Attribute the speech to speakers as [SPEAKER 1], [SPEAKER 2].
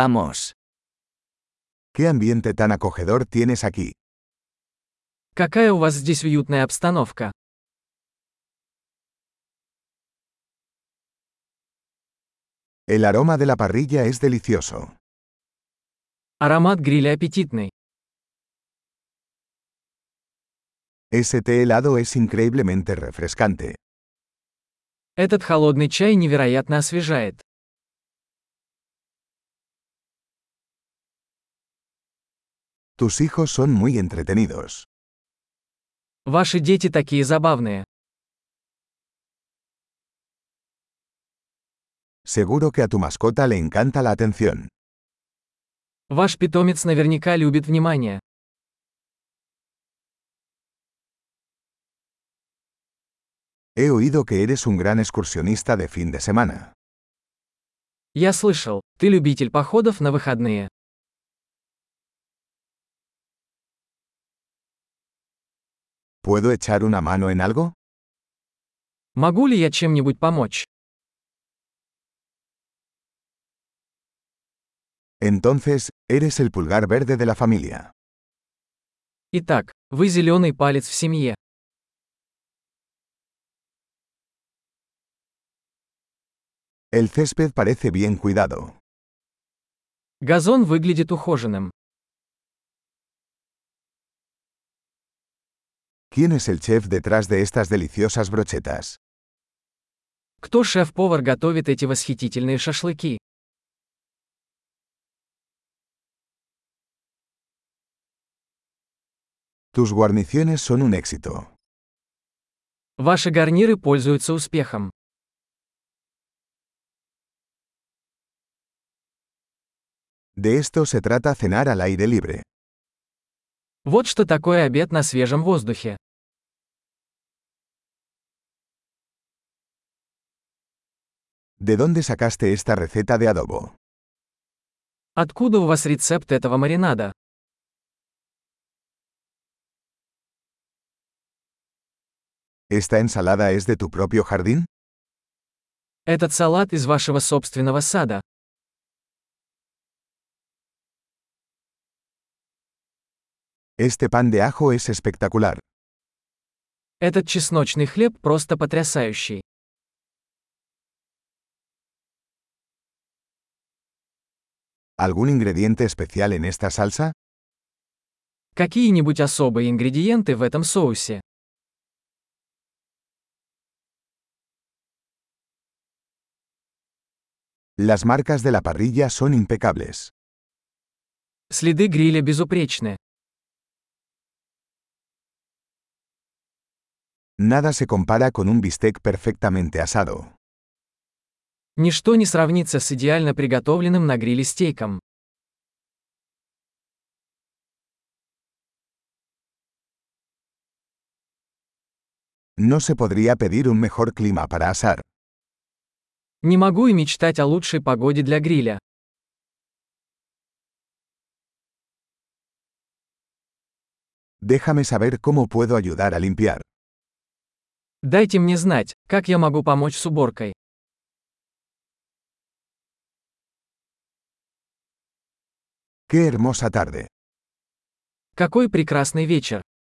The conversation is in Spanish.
[SPEAKER 1] Vamos.
[SPEAKER 2] ¿Qué ambiente tan acogedor tienes aquí?
[SPEAKER 3] Какая у вас здесь уютная обстановка?
[SPEAKER 2] El aroma de la parrilla es delicioso.
[SPEAKER 3] Аромат гриля аппетитный.
[SPEAKER 2] Ese té helado es increíblemente refrescante.
[SPEAKER 3] Этот холодный чай невероятно освежает.
[SPEAKER 2] Tus hijos son muy entretenidos.
[SPEAKER 3] Ваши дети такие забавные.
[SPEAKER 2] Seguro que a tu mascota le encanta la atención.
[SPEAKER 3] Ваш питомец наверняка любит внимание.
[SPEAKER 2] He oído que eres un gran excursionista de fin de semana.
[SPEAKER 3] Я слышал, ты любитель походов на выходные.
[SPEAKER 2] ¿Puedo echar una mano en algo?
[SPEAKER 3] Могу ли я чем-нибудь помочь?
[SPEAKER 2] Entonces, eres el pulgar verde de la familia.
[SPEAKER 3] Итак, вы зеленый палец в семье.
[SPEAKER 2] El césped parece bien cuidado.
[SPEAKER 3] Газон выглядит ухоженным.
[SPEAKER 2] ¿Quién es el chef detrás de estas deliciosas brochetas?
[SPEAKER 3] Кто шеф-повар готовит эти восхитительные шашлыки?
[SPEAKER 2] Tus guarniciones son un éxito.
[SPEAKER 3] Ваши гарниры пользуются успехом.
[SPEAKER 2] De esto se trata cenar al aire libre.
[SPEAKER 3] Вот что такое обед на свежем воздухе.
[SPEAKER 2] ¿De dónde sacaste esta receta de adobo?
[SPEAKER 3] Откуда у вас рецепт этого маринада?
[SPEAKER 2] ¿Esta ensalada es de tu propio jardín?
[SPEAKER 3] Этот салат из вашего собственного сада.
[SPEAKER 2] Este pan de ajo es espectacular.
[SPEAKER 3] Этот чесночный хлеб просто потрясающий.
[SPEAKER 2] ¿Algún ingrediente especial en esta salsa?
[SPEAKER 3] Какие-нибудь особые ингредиенты в этом соусе?
[SPEAKER 2] Las marcas de la parrilla son impecables.
[SPEAKER 3] Следы гриля безупречны.
[SPEAKER 2] Nada se compara con un bistec perfectamente asado.
[SPEAKER 3] Ничто не сравнится с идеально приготовленным на гриле стейком.
[SPEAKER 2] No se podría pedir un mejor clima para asar.
[SPEAKER 3] Не могу и мечтать о лучшей погоде для гриля.
[SPEAKER 2] Déjame saber cómo puedo ayudar a limpiar.
[SPEAKER 3] Дайте мне знать, как я могу помочь с уборкой.
[SPEAKER 2] ¡Qué hermosa tarde!
[SPEAKER 3] Какой прекрасный вечер.